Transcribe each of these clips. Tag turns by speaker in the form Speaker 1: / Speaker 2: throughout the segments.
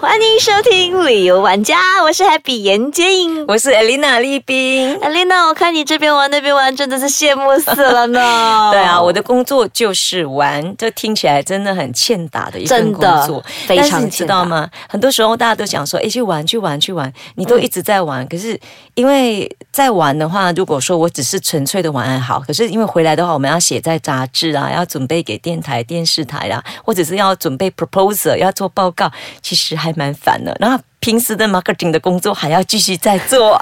Speaker 1: 欢迎收听旅游玩家，我是 Happy 严洁颖。
Speaker 2: 我是 Elena 丽斌。
Speaker 1: 艾丽娜，我看你这边玩那边玩，真的是羡慕死了呢。
Speaker 2: 对啊，我的工作就是玩，这听起来真的很欠打的一份
Speaker 1: 真
Speaker 2: 工
Speaker 1: 的
Speaker 2: 作。
Speaker 1: 非
Speaker 2: 但
Speaker 1: 常
Speaker 2: 是你
Speaker 1: 欠
Speaker 2: 知
Speaker 1: 打
Speaker 2: 道吗？很多时候大家都讲说，哎，去玩去玩去玩，你
Speaker 1: 嗯
Speaker 2: 都一直在玩。可是因为在玩的话，如果说我只是纯粹的玩还好，可是因为回来的话，我们要写在杂志啊，要准备给电台、电视台啊，或者是要准备 proposal，要做报告，其实还蛮烦的。然后平时的 marketing 的工作还要继续在做。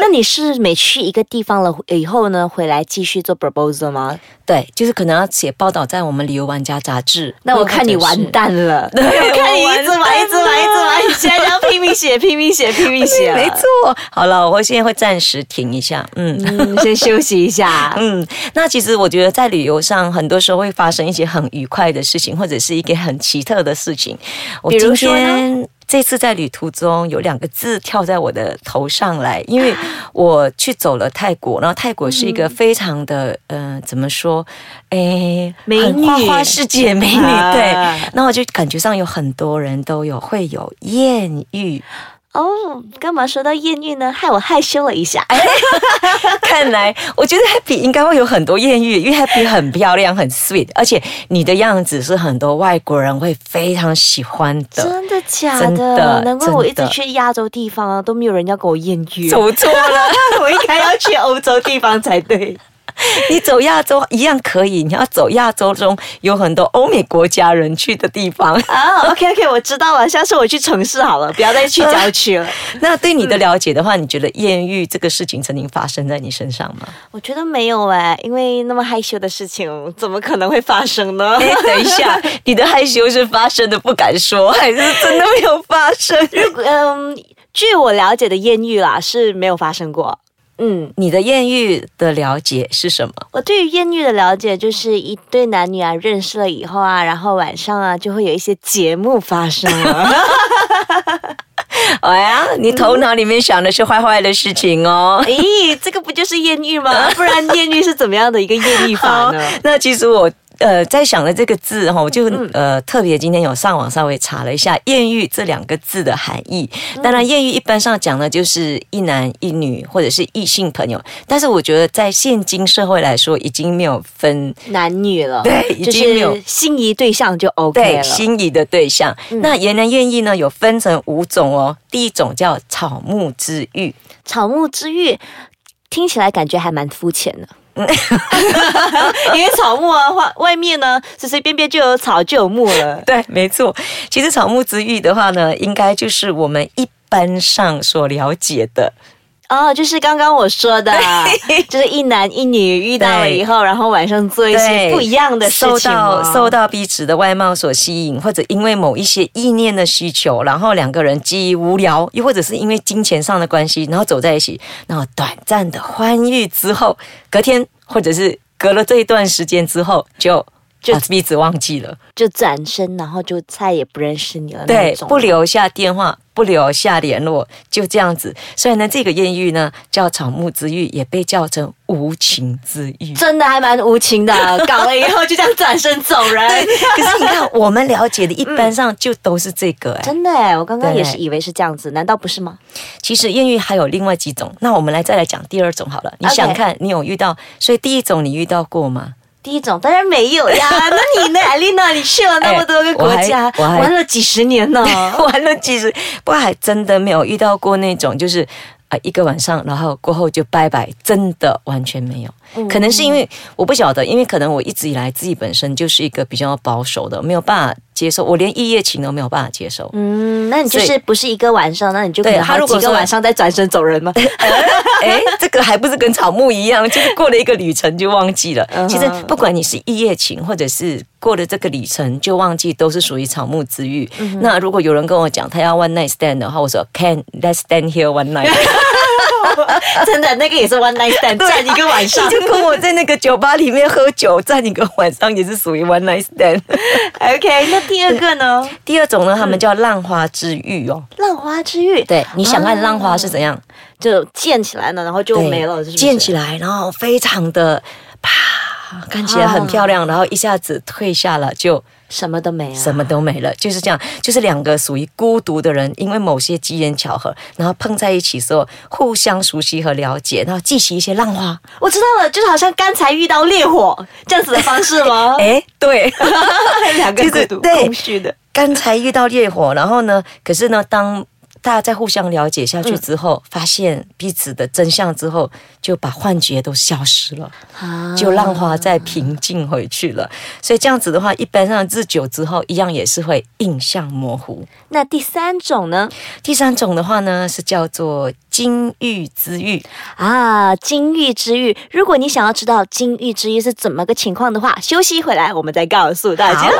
Speaker 1: 那你是每去一个地方了以后呢，回来继续做 proposal 吗？
Speaker 2: 对，啊就是可能要写报道在我们旅游玩家杂志。
Speaker 1: 那我看你完
Speaker 2: 蛋。
Speaker 1: 蛋了，
Speaker 2: 对
Speaker 1: 我 看你
Speaker 2: 我
Speaker 1: 一
Speaker 2: 完
Speaker 1: 直玩，一直玩，一直玩，你现在要拼命写，拼命写，拼命写，
Speaker 2: 没。错，好了，我现在会暂时停一下，嗯。
Speaker 1: 嗯，先休息一下。
Speaker 2: 嗯，那其实我觉得在旅游上，很多时候会发生一些很愉快的事情，或者是一个很奇特的事情。我
Speaker 1: 比如
Speaker 2: 今
Speaker 1: 说呢
Speaker 2: 天这次在旅途中有两个字跳在我的头上来，
Speaker 1: 啊
Speaker 2: 因为我去走了泰国，然后泰国是一个非常的，嗯、怎么说，诶，
Speaker 1: 美
Speaker 2: 很
Speaker 1: 女
Speaker 2: 花花世界美女，对
Speaker 1: 啊。
Speaker 2: 那我就感觉上有很多人都有会有艳遇。
Speaker 1: 哦，干嘛说到艳遇呢？害我害羞了一下。
Speaker 2: 哎 看来，我觉得 Happy 应该会有很多艳遇，因为 Happy 很漂亮、很 sweet，而且你的样子是很多外国人会非常喜欢的。
Speaker 1: 真的假
Speaker 2: 真
Speaker 1: 的？
Speaker 2: 的
Speaker 1: 难怪我一直
Speaker 2: 真的
Speaker 1: 去亚洲地方啊，都没有人要跟我艳遇。啊
Speaker 2: 走 错了，
Speaker 1: 我应该要去欧洲地方才对。
Speaker 2: 你走亚洲一样可以，你要走亚洲中有很多欧美国家人去的地 方。
Speaker 1: 啊、o k OK，我知道了，下次我去城市好了，不要再去郊区了。
Speaker 2: 那对你的了解的话，你觉得艳遇这个事情曾经发生在你身上吗？
Speaker 1: 我觉得没有哎、因为那么害羞的事情，怎么可能会发生呢？
Speaker 2: 哎，等一下， 你的害羞是发生的不敢说，还是真的没有发 生？
Speaker 1: 嗯，据我了解的艳遇啦是没有发生过。嗯，
Speaker 2: 你的艳遇的了解是什么？
Speaker 1: 我对于艳遇的了解就是一对男女啊认识了以后啊，然后晚上啊就会有一些节目发生了。
Speaker 2: 哎呀，你头脑里面想的是坏坏的事情哦。
Speaker 1: 咦，这个不就是艳遇 吗？不然艳遇是怎么样的一个艳遇法
Speaker 2: 好
Speaker 1: 呢？，
Speaker 2: 那其实我。呃，在想的这个字哈，我就呃特别今天有上网稍微查了一下“艳遇”这两个字的含义。当然，艳遇一般上讲呢，就是一男一女或者是异性朋友。但是我觉得在现今社会来说，已经没有分
Speaker 1: 男女了，
Speaker 2: 对已
Speaker 1: 就
Speaker 2: 经没有
Speaker 1: 是心仪对象就 OK
Speaker 2: 对
Speaker 1: 了。
Speaker 2: 心仪的对象。那言人愿意呢，有分成五种哦。第一种叫草木之欲，
Speaker 1: 草木之欲。听起来感觉还蛮肤浅的，
Speaker 2: 嗯
Speaker 1: 因为草木啊，外外面呢随随便便就有草就有木 了。
Speaker 2: 对，没错。其实草木之欲的话呢，应该就是我们一般上所了解的，
Speaker 1: 哦，就是刚刚我说的， 就是一男一女遇到了以后，然后晚上做一些
Speaker 2: 对
Speaker 1: 不一样的事
Speaker 2: 受
Speaker 1: 情哦、
Speaker 2: 到受到彼此的外貌所吸引，或者因为某一些意念的需求，然后两个人基于无聊，又或者是因为金钱上的关系，然后走在一起，然后短暂的欢愉之后，隔天或者是隔了这一段时间之后，就
Speaker 1: 就
Speaker 2: 把彼此忘记了。
Speaker 1: 就转身，然后就再也不认识你了那
Speaker 2: 对，
Speaker 1: 种。
Speaker 2: 不留下电话，不留下联络，就这样子。所以呢，这个艳遇呢叫草木之欲，也被叫成无情之欲。
Speaker 1: 真的还蛮无情的， 搞了以后就这样转身走人。
Speaker 2: 可是你看，我们了解的一般上就都是这个哎、
Speaker 1: 真的哎，我刚刚也是
Speaker 2: 对
Speaker 1: 以为是这样子，难道不是吗？
Speaker 2: 其实艳遇还有另外几种，那我们来再来讲第二种好了。你
Speaker 1: OK
Speaker 2: 想看，你有遇到？所以第一种你遇到过吗？
Speaker 1: 第一种当然没有 呀，那你呢，艾丽娜？你去了那么多个国家
Speaker 2: 哎，我还我还
Speaker 1: 玩了几十年 呢。
Speaker 2: 完了，其实不过还真的没有遇到过那种，就是啊、呃一个晚上，然后过后就拜拜，真的完全没有。
Speaker 1: 嗯
Speaker 2: 可能是因为我不晓得，因为可能我一直以来自己本身就是一个比较保守的，没有办法接受，我连一夜情都没有办法接受。
Speaker 1: 嗯，那你就
Speaker 2: 所
Speaker 1: 是不是一个晚上，那你就可能
Speaker 2: 对他
Speaker 1: 好
Speaker 2: 如
Speaker 1: 几
Speaker 2: 果
Speaker 1: 个
Speaker 2: 说
Speaker 1: 晚上再转身走 人吗？
Speaker 2: 哎，这个还不是跟草木一样，就是过了一个旅程就忘记了
Speaker 1: 嗯哼。
Speaker 2: 其实不管你是一夜情，或者是过了这个旅程就忘记，都是属于草木之欲。
Speaker 1: 嗯
Speaker 2: 那如果有人跟我讲他要 one night stand 的话，我说 can let's stand here one night。
Speaker 1: 真的，那个也是 one night stand，站一个晚上
Speaker 2: 啊你。就跟我在那个酒吧里面喝酒站一个晚上，也是属于 one night stand。
Speaker 1: OK，那第二个呢？
Speaker 2: 第二种呢，他们叫浪花之浴哦。
Speaker 1: 浪花之啊浴，
Speaker 2: 对，啊你想看浪花是怎样？
Speaker 1: 就建起来了，然后就
Speaker 2: 对
Speaker 1: 没了，是不是？
Speaker 2: 溅起来，然后非常的啪，看起来很漂亮，然后一下子退下了，就
Speaker 1: 什么都没了。
Speaker 2: 什么都没了，就是这样，就是两个属于孤独的人，因为某些机缘巧合，然后碰在一起之后，互相熟悉和了解，然后激起一些浪花。？
Speaker 1: 我知道了，就是好像刚才遇到烈火这样子的方式吗
Speaker 2: 哎，对。
Speaker 1: 两个
Speaker 2: 就是
Speaker 1: 孤独
Speaker 2: 哎对
Speaker 1: 空虚的。
Speaker 2: 刚才遇到烈火，然后呢，可是呢，当大家在互相了解下去
Speaker 1: 嗯
Speaker 2: 之后，发现彼此的真相之后，就把幻觉都消失了，
Speaker 1: 啊
Speaker 2: 就浪花再平静回去了。所以这样子的话，一般上日久之后，一样也是会印象模糊。
Speaker 1: 那第三种呢？
Speaker 2: 第三种的话呢，是叫做金玉之玉。
Speaker 1: 啊，金玉之玉。如果你想要知道金玉之玉是怎么个情况的话，休息回来我们再告诉大
Speaker 2: 好
Speaker 1: 家。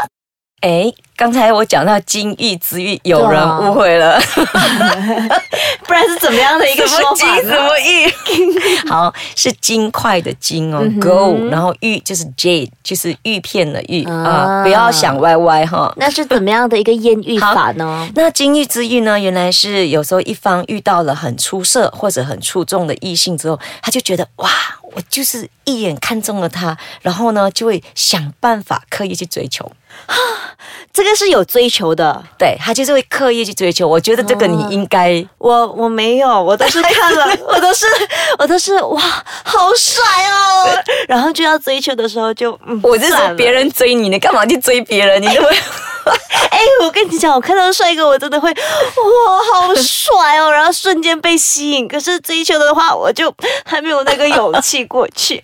Speaker 2: 哎，刚才我讲到金玉之玉，有
Speaker 1: 对
Speaker 2: 人
Speaker 1: 啊
Speaker 2: 误会了。
Speaker 1: 不然是怎么样的一个
Speaker 2: 什么
Speaker 1: 说
Speaker 2: 金
Speaker 1: 法
Speaker 2: 什
Speaker 1: 呢？
Speaker 2: 么玉？ 好，是金块的金哦、
Speaker 1: 嗯哼
Speaker 2: g o l d 然后玉就是 jade，就是玉片的玉啊
Speaker 1: 啊
Speaker 2: 不要想歪歪哈。
Speaker 1: 那是怎么样的一个艳遇法呢？
Speaker 2: 那金玉之玉呢？原来是有时候一方遇到了很出色或者很出众的异性之后，他就觉得哇，我就是一眼看中了他，然后呢就会想办法刻意去追求。
Speaker 1: 这个是有追求的。
Speaker 2: 对他就是会刻意去追求，我觉得这个你应该
Speaker 1: 我我没有，我都是看 了，我都是我都是哇，好帅哦！ 然后就要追求的时候就，嗯、
Speaker 2: 我是
Speaker 1: 算
Speaker 2: 说
Speaker 1: 了
Speaker 2: 别。人追你，你干嘛去追别人？你那么
Speaker 1: 哎，我跟你讲，我看到帅哥，我真的会 哇，好帅哦！然后瞬间被吸引。可是追求的话，我就还没有那个勇气过去。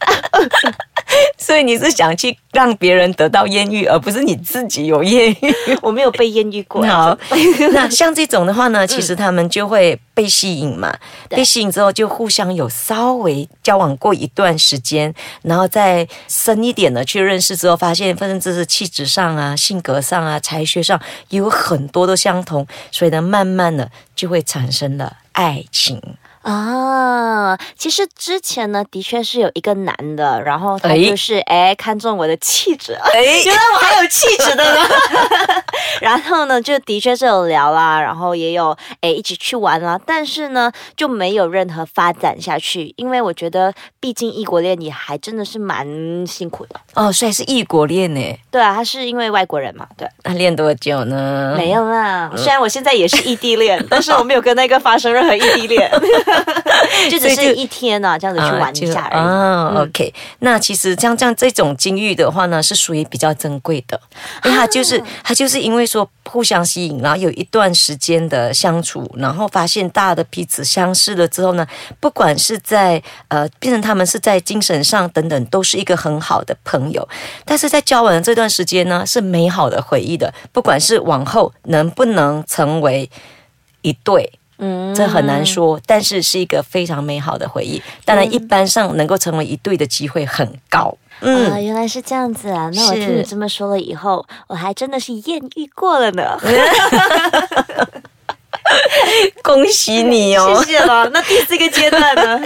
Speaker 2: 所以你是想去让别人得到艳遇，而不是你自己有艳遇。
Speaker 1: 我没有被艳遇 过。
Speaker 2: 好， 那像这种的话呢，其实他们就会被吸引嘛，
Speaker 1: 对
Speaker 2: 被吸引之后就互相有稍微交往过一段时间，然后再深一点的去认识之后，发现甚至是气质上啊、性格上啊、才学上有很多都相同，所以呢，慢慢的就会产生了爱情。
Speaker 1: 啊，其实之前呢，的确是有一个男的，然后他
Speaker 2: 哎
Speaker 1: 就是哎看中我的气质，
Speaker 2: 哎
Speaker 1: 原来我还有气质的呢。 然后呢，就的确是有聊啦，然后也有哎一起去玩啦，但是呢就没有任何发展下去，因为我觉得毕竟异国恋也还真的是蛮辛苦的。
Speaker 2: 哦，所以是异国恋呢？
Speaker 1: 对啊，他是因为外国人嘛，对，
Speaker 2: 那恋多久呢？
Speaker 1: 没有啦。
Speaker 2: 嗯
Speaker 1: 虽然我现在也是异地 恋，但是我没有跟那个发生任何异地恋，就只
Speaker 2: 所以就是
Speaker 1: 一天呢、这样子去玩一下而已。
Speaker 2: 啊、
Speaker 1: 嗯
Speaker 2: o k 那其实像这样这种金玉的话呢，是属于比较珍贵的，因
Speaker 1: 啊
Speaker 2: 为它就是、它就是因为说互相吸引，然后有一段时间的相处，然后发现大家的彼此相似了之后呢，不管是在呃变成他们是在精神上等等，都是一个很好的朋友。但是在交往的这段时间呢，是美好的回忆的，不管是往后能不能成为一对，
Speaker 1: 嗯嗯
Speaker 2: 这很难说，但是是一个非常美好的回忆。当然，一般上能够成为一对的机会很高。嗯，
Speaker 1: 啊、原来是这样子啊！那我
Speaker 2: 是
Speaker 1: 听你这么说了以后，我还真的是艳遇过了呢。
Speaker 2: 恭喜你哦！
Speaker 1: 谢了。那第四个阶段呢？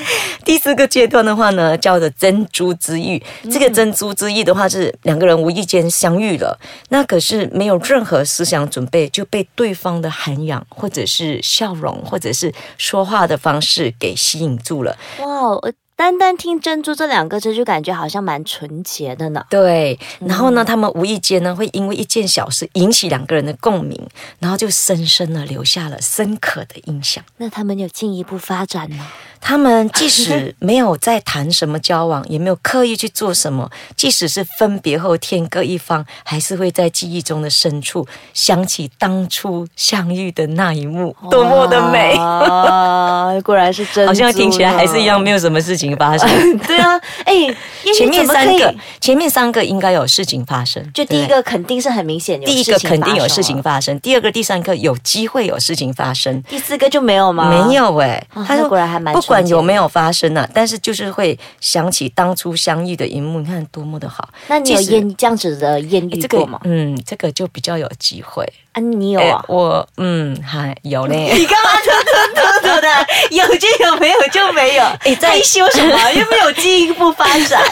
Speaker 2: 第四个阶段的话呢，叫做珍珠之遇。
Speaker 1: 嗯
Speaker 2: 这个珍珠之遇的话，是两个人无意间相遇了，那可是没有任何思想准备，就被对方的涵养，或者是笑容，或者是说话的方式给吸引住了。
Speaker 1: 哇，我单单听“珍珠”这两个字，就感觉好像蛮纯洁的呢。
Speaker 2: 对，然后
Speaker 1: 嗯
Speaker 2: 呢，他们无意间呢，会因为一件小事引起两个人的共鸣，然后就深深的留下了深刻的印象。
Speaker 1: 那他们有进一步发展吗？
Speaker 2: 他们即使没有在谈什么交往，也没有刻意去做什么，即使是分别后天各一方，还是会在记忆中的深处想起当初相遇的那一幕，多么的美！
Speaker 1: 啊！果然是珍珠，
Speaker 2: 好像听起来还是一。样，没有什么事情发生。
Speaker 1: 对啊，哎，艳遇
Speaker 2: 前面
Speaker 1: 怎么可
Speaker 2: 三
Speaker 1: 以
Speaker 2: 个，前面三个应该有事情发生，
Speaker 1: 就
Speaker 2: 对不
Speaker 1: 第一
Speaker 2: 对
Speaker 1: 个肯定是很明显有
Speaker 2: 第一
Speaker 1: 事情
Speaker 2: 个
Speaker 1: 发生了，
Speaker 2: 肯定有事情发生，第二个、第三个有机会有事情发生。
Speaker 1: 第四个就没有吗？
Speaker 2: 没。有哎、
Speaker 1: 哦那果然还蛮
Speaker 2: 不管
Speaker 1: 纯洁的
Speaker 2: 有没有发生啊，但是就是会想起当初相遇的一幕，你看多么的好。
Speaker 1: 那你有
Speaker 2: 即使
Speaker 1: 艳这样子的艳
Speaker 2: 诶
Speaker 1: 遇
Speaker 2: 这个
Speaker 1: 过吗？
Speaker 2: 嗯，这个就比较有机会。
Speaker 1: 啊，你有啊？
Speaker 2: 我嗯还有嘞。
Speaker 1: 你干嘛吞吞吐吐的？有就有，没有就没有。
Speaker 2: 哎在
Speaker 1: 害羞什么？又没有记忆不发展。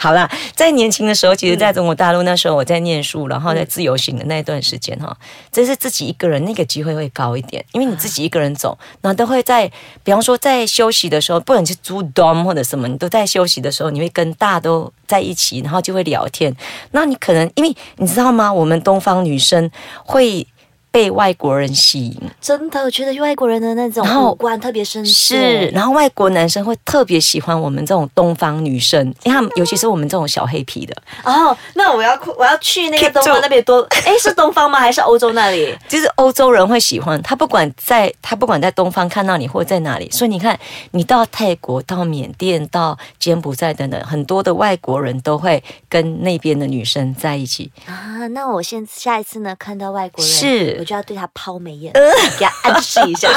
Speaker 2: 好啦，在年轻的时候，其实在中国大陆那时候我在念书，然后在自由行的那一段时间哈，真是自己一个人那个机会会高一点，因为你自己一个人走，然后都会在，比方说在休息的时候，不管是租 dom 或者什么，你都在休息的时候，你会跟大家都在一起，然后就会聊天。那你可能因为你知道吗？我们东方女生会被外国人吸引。
Speaker 1: 真的，我觉得外国人的那种
Speaker 2: 然后
Speaker 1: 五官特别深邃。
Speaker 2: 是，然后外国男生会特别喜欢我们这种东方女生，因为他们尤其是我们这种小黑皮的，
Speaker 1: 哦，那我要我要去那个
Speaker 2: Keep
Speaker 1: 东方
Speaker 2: 住
Speaker 1: 那边多，哎，是东方吗？还是欧洲那 里？
Speaker 2: 就是欧洲人会喜欢他，不管在他不管在东方看到你或者在哪里，所以你看，你到泰国、到缅甸、到柬埔寨等等，很多的外国人都会跟那边的女生在一起。
Speaker 1: 啊，那我现下一次呢，看到外国人，
Speaker 2: 是
Speaker 1: 我就要对他抛媚 眼，给他暗示一下。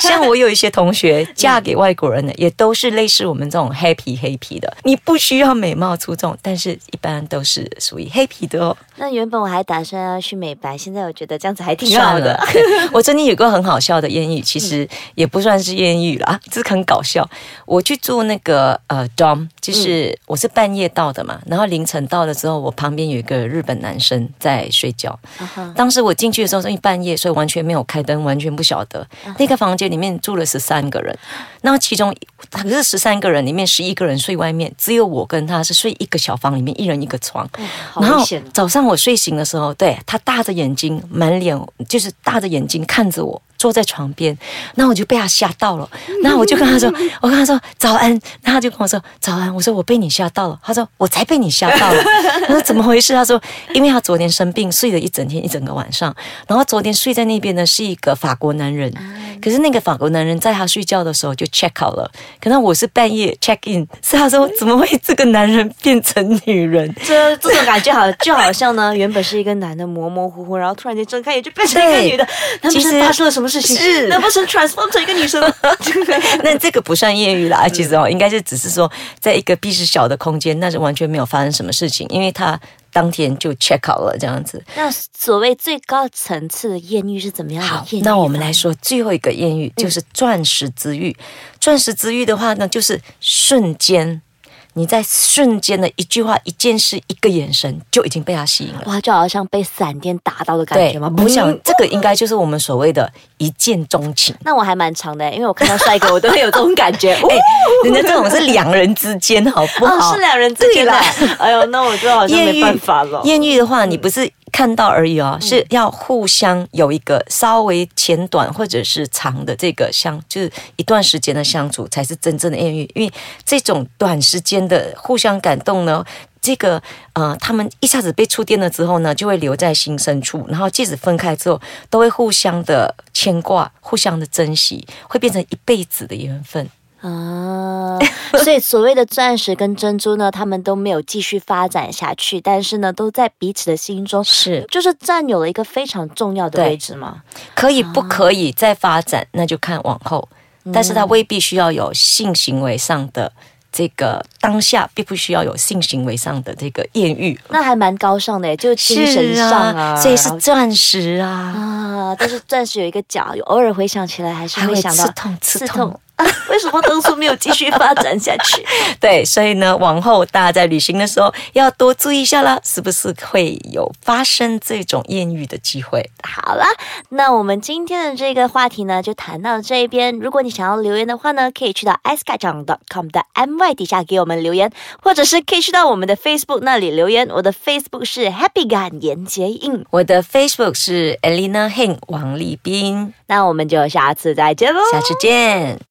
Speaker 2: 像我有一些同学嫁给外国人的，也都是类似我们这种黑皮黑皮的，你不需要美貌出众，但是一般都是属于黑皮的哦。
Speaker 1: 那原本我还打算要去美白，现在我觉得这样子还挺好
Speaker 2: 算
Speaker 1: 的
Speaker 2: 了。。对啊我曾经有个很好笑的艳遇，其实也不算是艳遇啦， 就是很搞笑。我去住那个呃 dom，就是我是半夜到的嘛，然后凌晨到了之后，我旁边有一个日本男生在睡觉。
Speaker 1: 啊哈
Speaker 2: 当时我进去的时候是因为半夜，所以完全没有开灯，完全不晓得那个房间里面住了十三个人。那其中可是十三个人里面十一个人睡外面，只有我跟他是睡一个小房里面，一人一个床。
Speaker 1: 好
Speaker 2: 然
Speaker 1: 危
Speaker 2: 后
Speaker 1: 险哦！
Speaker 2: 早上我睡醒的时候，对他大着眼睛，满脸就是大着眼睛看着我，坐在床边，那我就被他吓到 了。那我就跟他说，我跟他说早安，那他就跟我说早安。我说我被你吓到了，他说我才被你吓到了。 我说怎么回事？他说因为他昨天生病，睡了一整天一整个晚上，然后昨天睡在那边呢是一个法国男人。
Speaker 1: 啊
Speaker 2: 可是那个法国男人在他睡觉的时候就 check out 了，可能我是半夜 check in，是他说怎么会这个男人变成女人？
Speaker 1: 这这种感觉好，就好像呢，原本是一个男的模模糊糊，然后突然间睁开眼就变成一个
Speaker 2: 对
Speaker 1: 女的，难不
Speaker 2: 其
Speaker 1: 成
Speaker 2: 实
Speaker 1: 发生了什么事情？
Speaker 2: 是
Speaker 1: 难不成 transform 成一个女 生了？
Speaker 2: 那这个不算艳遇
Speaker 1: 嗯
Speaker 2: 啦，其实哦，应该是只是说，在一个必须小的空间，那是完全没有发生什么事情，因为他当天就 check out 了这样子。
Speaker 1: 那所谓最高层次的艳遇是怎么样的
Speaker 2: 好
Speaker 1: 艳遇，呢？
Speaker 2: 那我们来说最后一个艳遇，就是钻石之遇。钻石之遇的话呢，就是瞬间，你在瞬间的一句话、一件事、一个眼神，就已经被他吸引了。
Speaker 1: 哇，就好像被闪电打到的感
Speaker 2: 对
Speaker 1: 觉吗？，嗯
Speaker 2: 我想这个应该就是我们所谓的一见钟情。
Speaker 1: 那我还蛮长的，因为我看到帅哥，我都会有这种感 觉。哦
Speaker 2: 哎、人家这种是两人之间，好不好？
Speaker 1: 哦，是两人之间的。哎呦，那我就好像没办法了。嗯
Speaker 2: 艳遇的话，你不是看到而已哦，是要互相有一个稍微浅短或者是长的这个相，就是一段时间的相处，才是真正的艳遇。因为这种短时间的互相感动呢。这个呃，他们一下子被触电了之后呢，就会留在心深处，然后即使分开之后，都会互相的牵挂，互相的珍惜，会变成一辈子的缘分。
Speaker 1: 啊，所以所谓的钻石跟珍珠呢，他们都没有继续发展下去，但是呢，都在彼此的心中，
Speaker 2: 是
Speaker 1: 就是占有了一个非常重要的
Speaker 2: 对
Speaker 1: 位置嘛。
Speaker 2: 可以不可以再发展，那就看往后。但是它未必需要有性行为上的这个当下，并不需要有性行为上的这个艳遇，
Speaker 1: 那还蛮高尚的，欸就精神上啊，
Speaker 2: 所以是
Speaker 1: 然后
Speaker 2: 钻石啊，
Speaker 1: 啊，但是钻石有一个角，偶尔回想起来还是
Speaker 2: 还
Speaker 1: 会
Speaker 2: 会
Speaker 1: 想到
Speaker 2: 刺痛刺痛。
Speaker 1: 啊，为什么当初没有继续发展下去？
Speaker 2: 对，所以呢，往后大家在旅行的时候要多注意一下啦，是不是会有发生这种艳遇的机会？
Speaker 1: 好啦，那我们今天的这个话题呢，就谈到这边。如果你想要留言的话呢，可以去到 i s k a j a n g c o m 的 my 底下给我们留言，或者是可以去到我们的 Facebook 那里留言。我的 Facebook 是 Happy 感言结印。
Speaker 2: 我的 Facebook 是 Elena Heng 王丽斌，
Speaker 1: 那我们就下次再见喽，
Speaker 2: 下次见。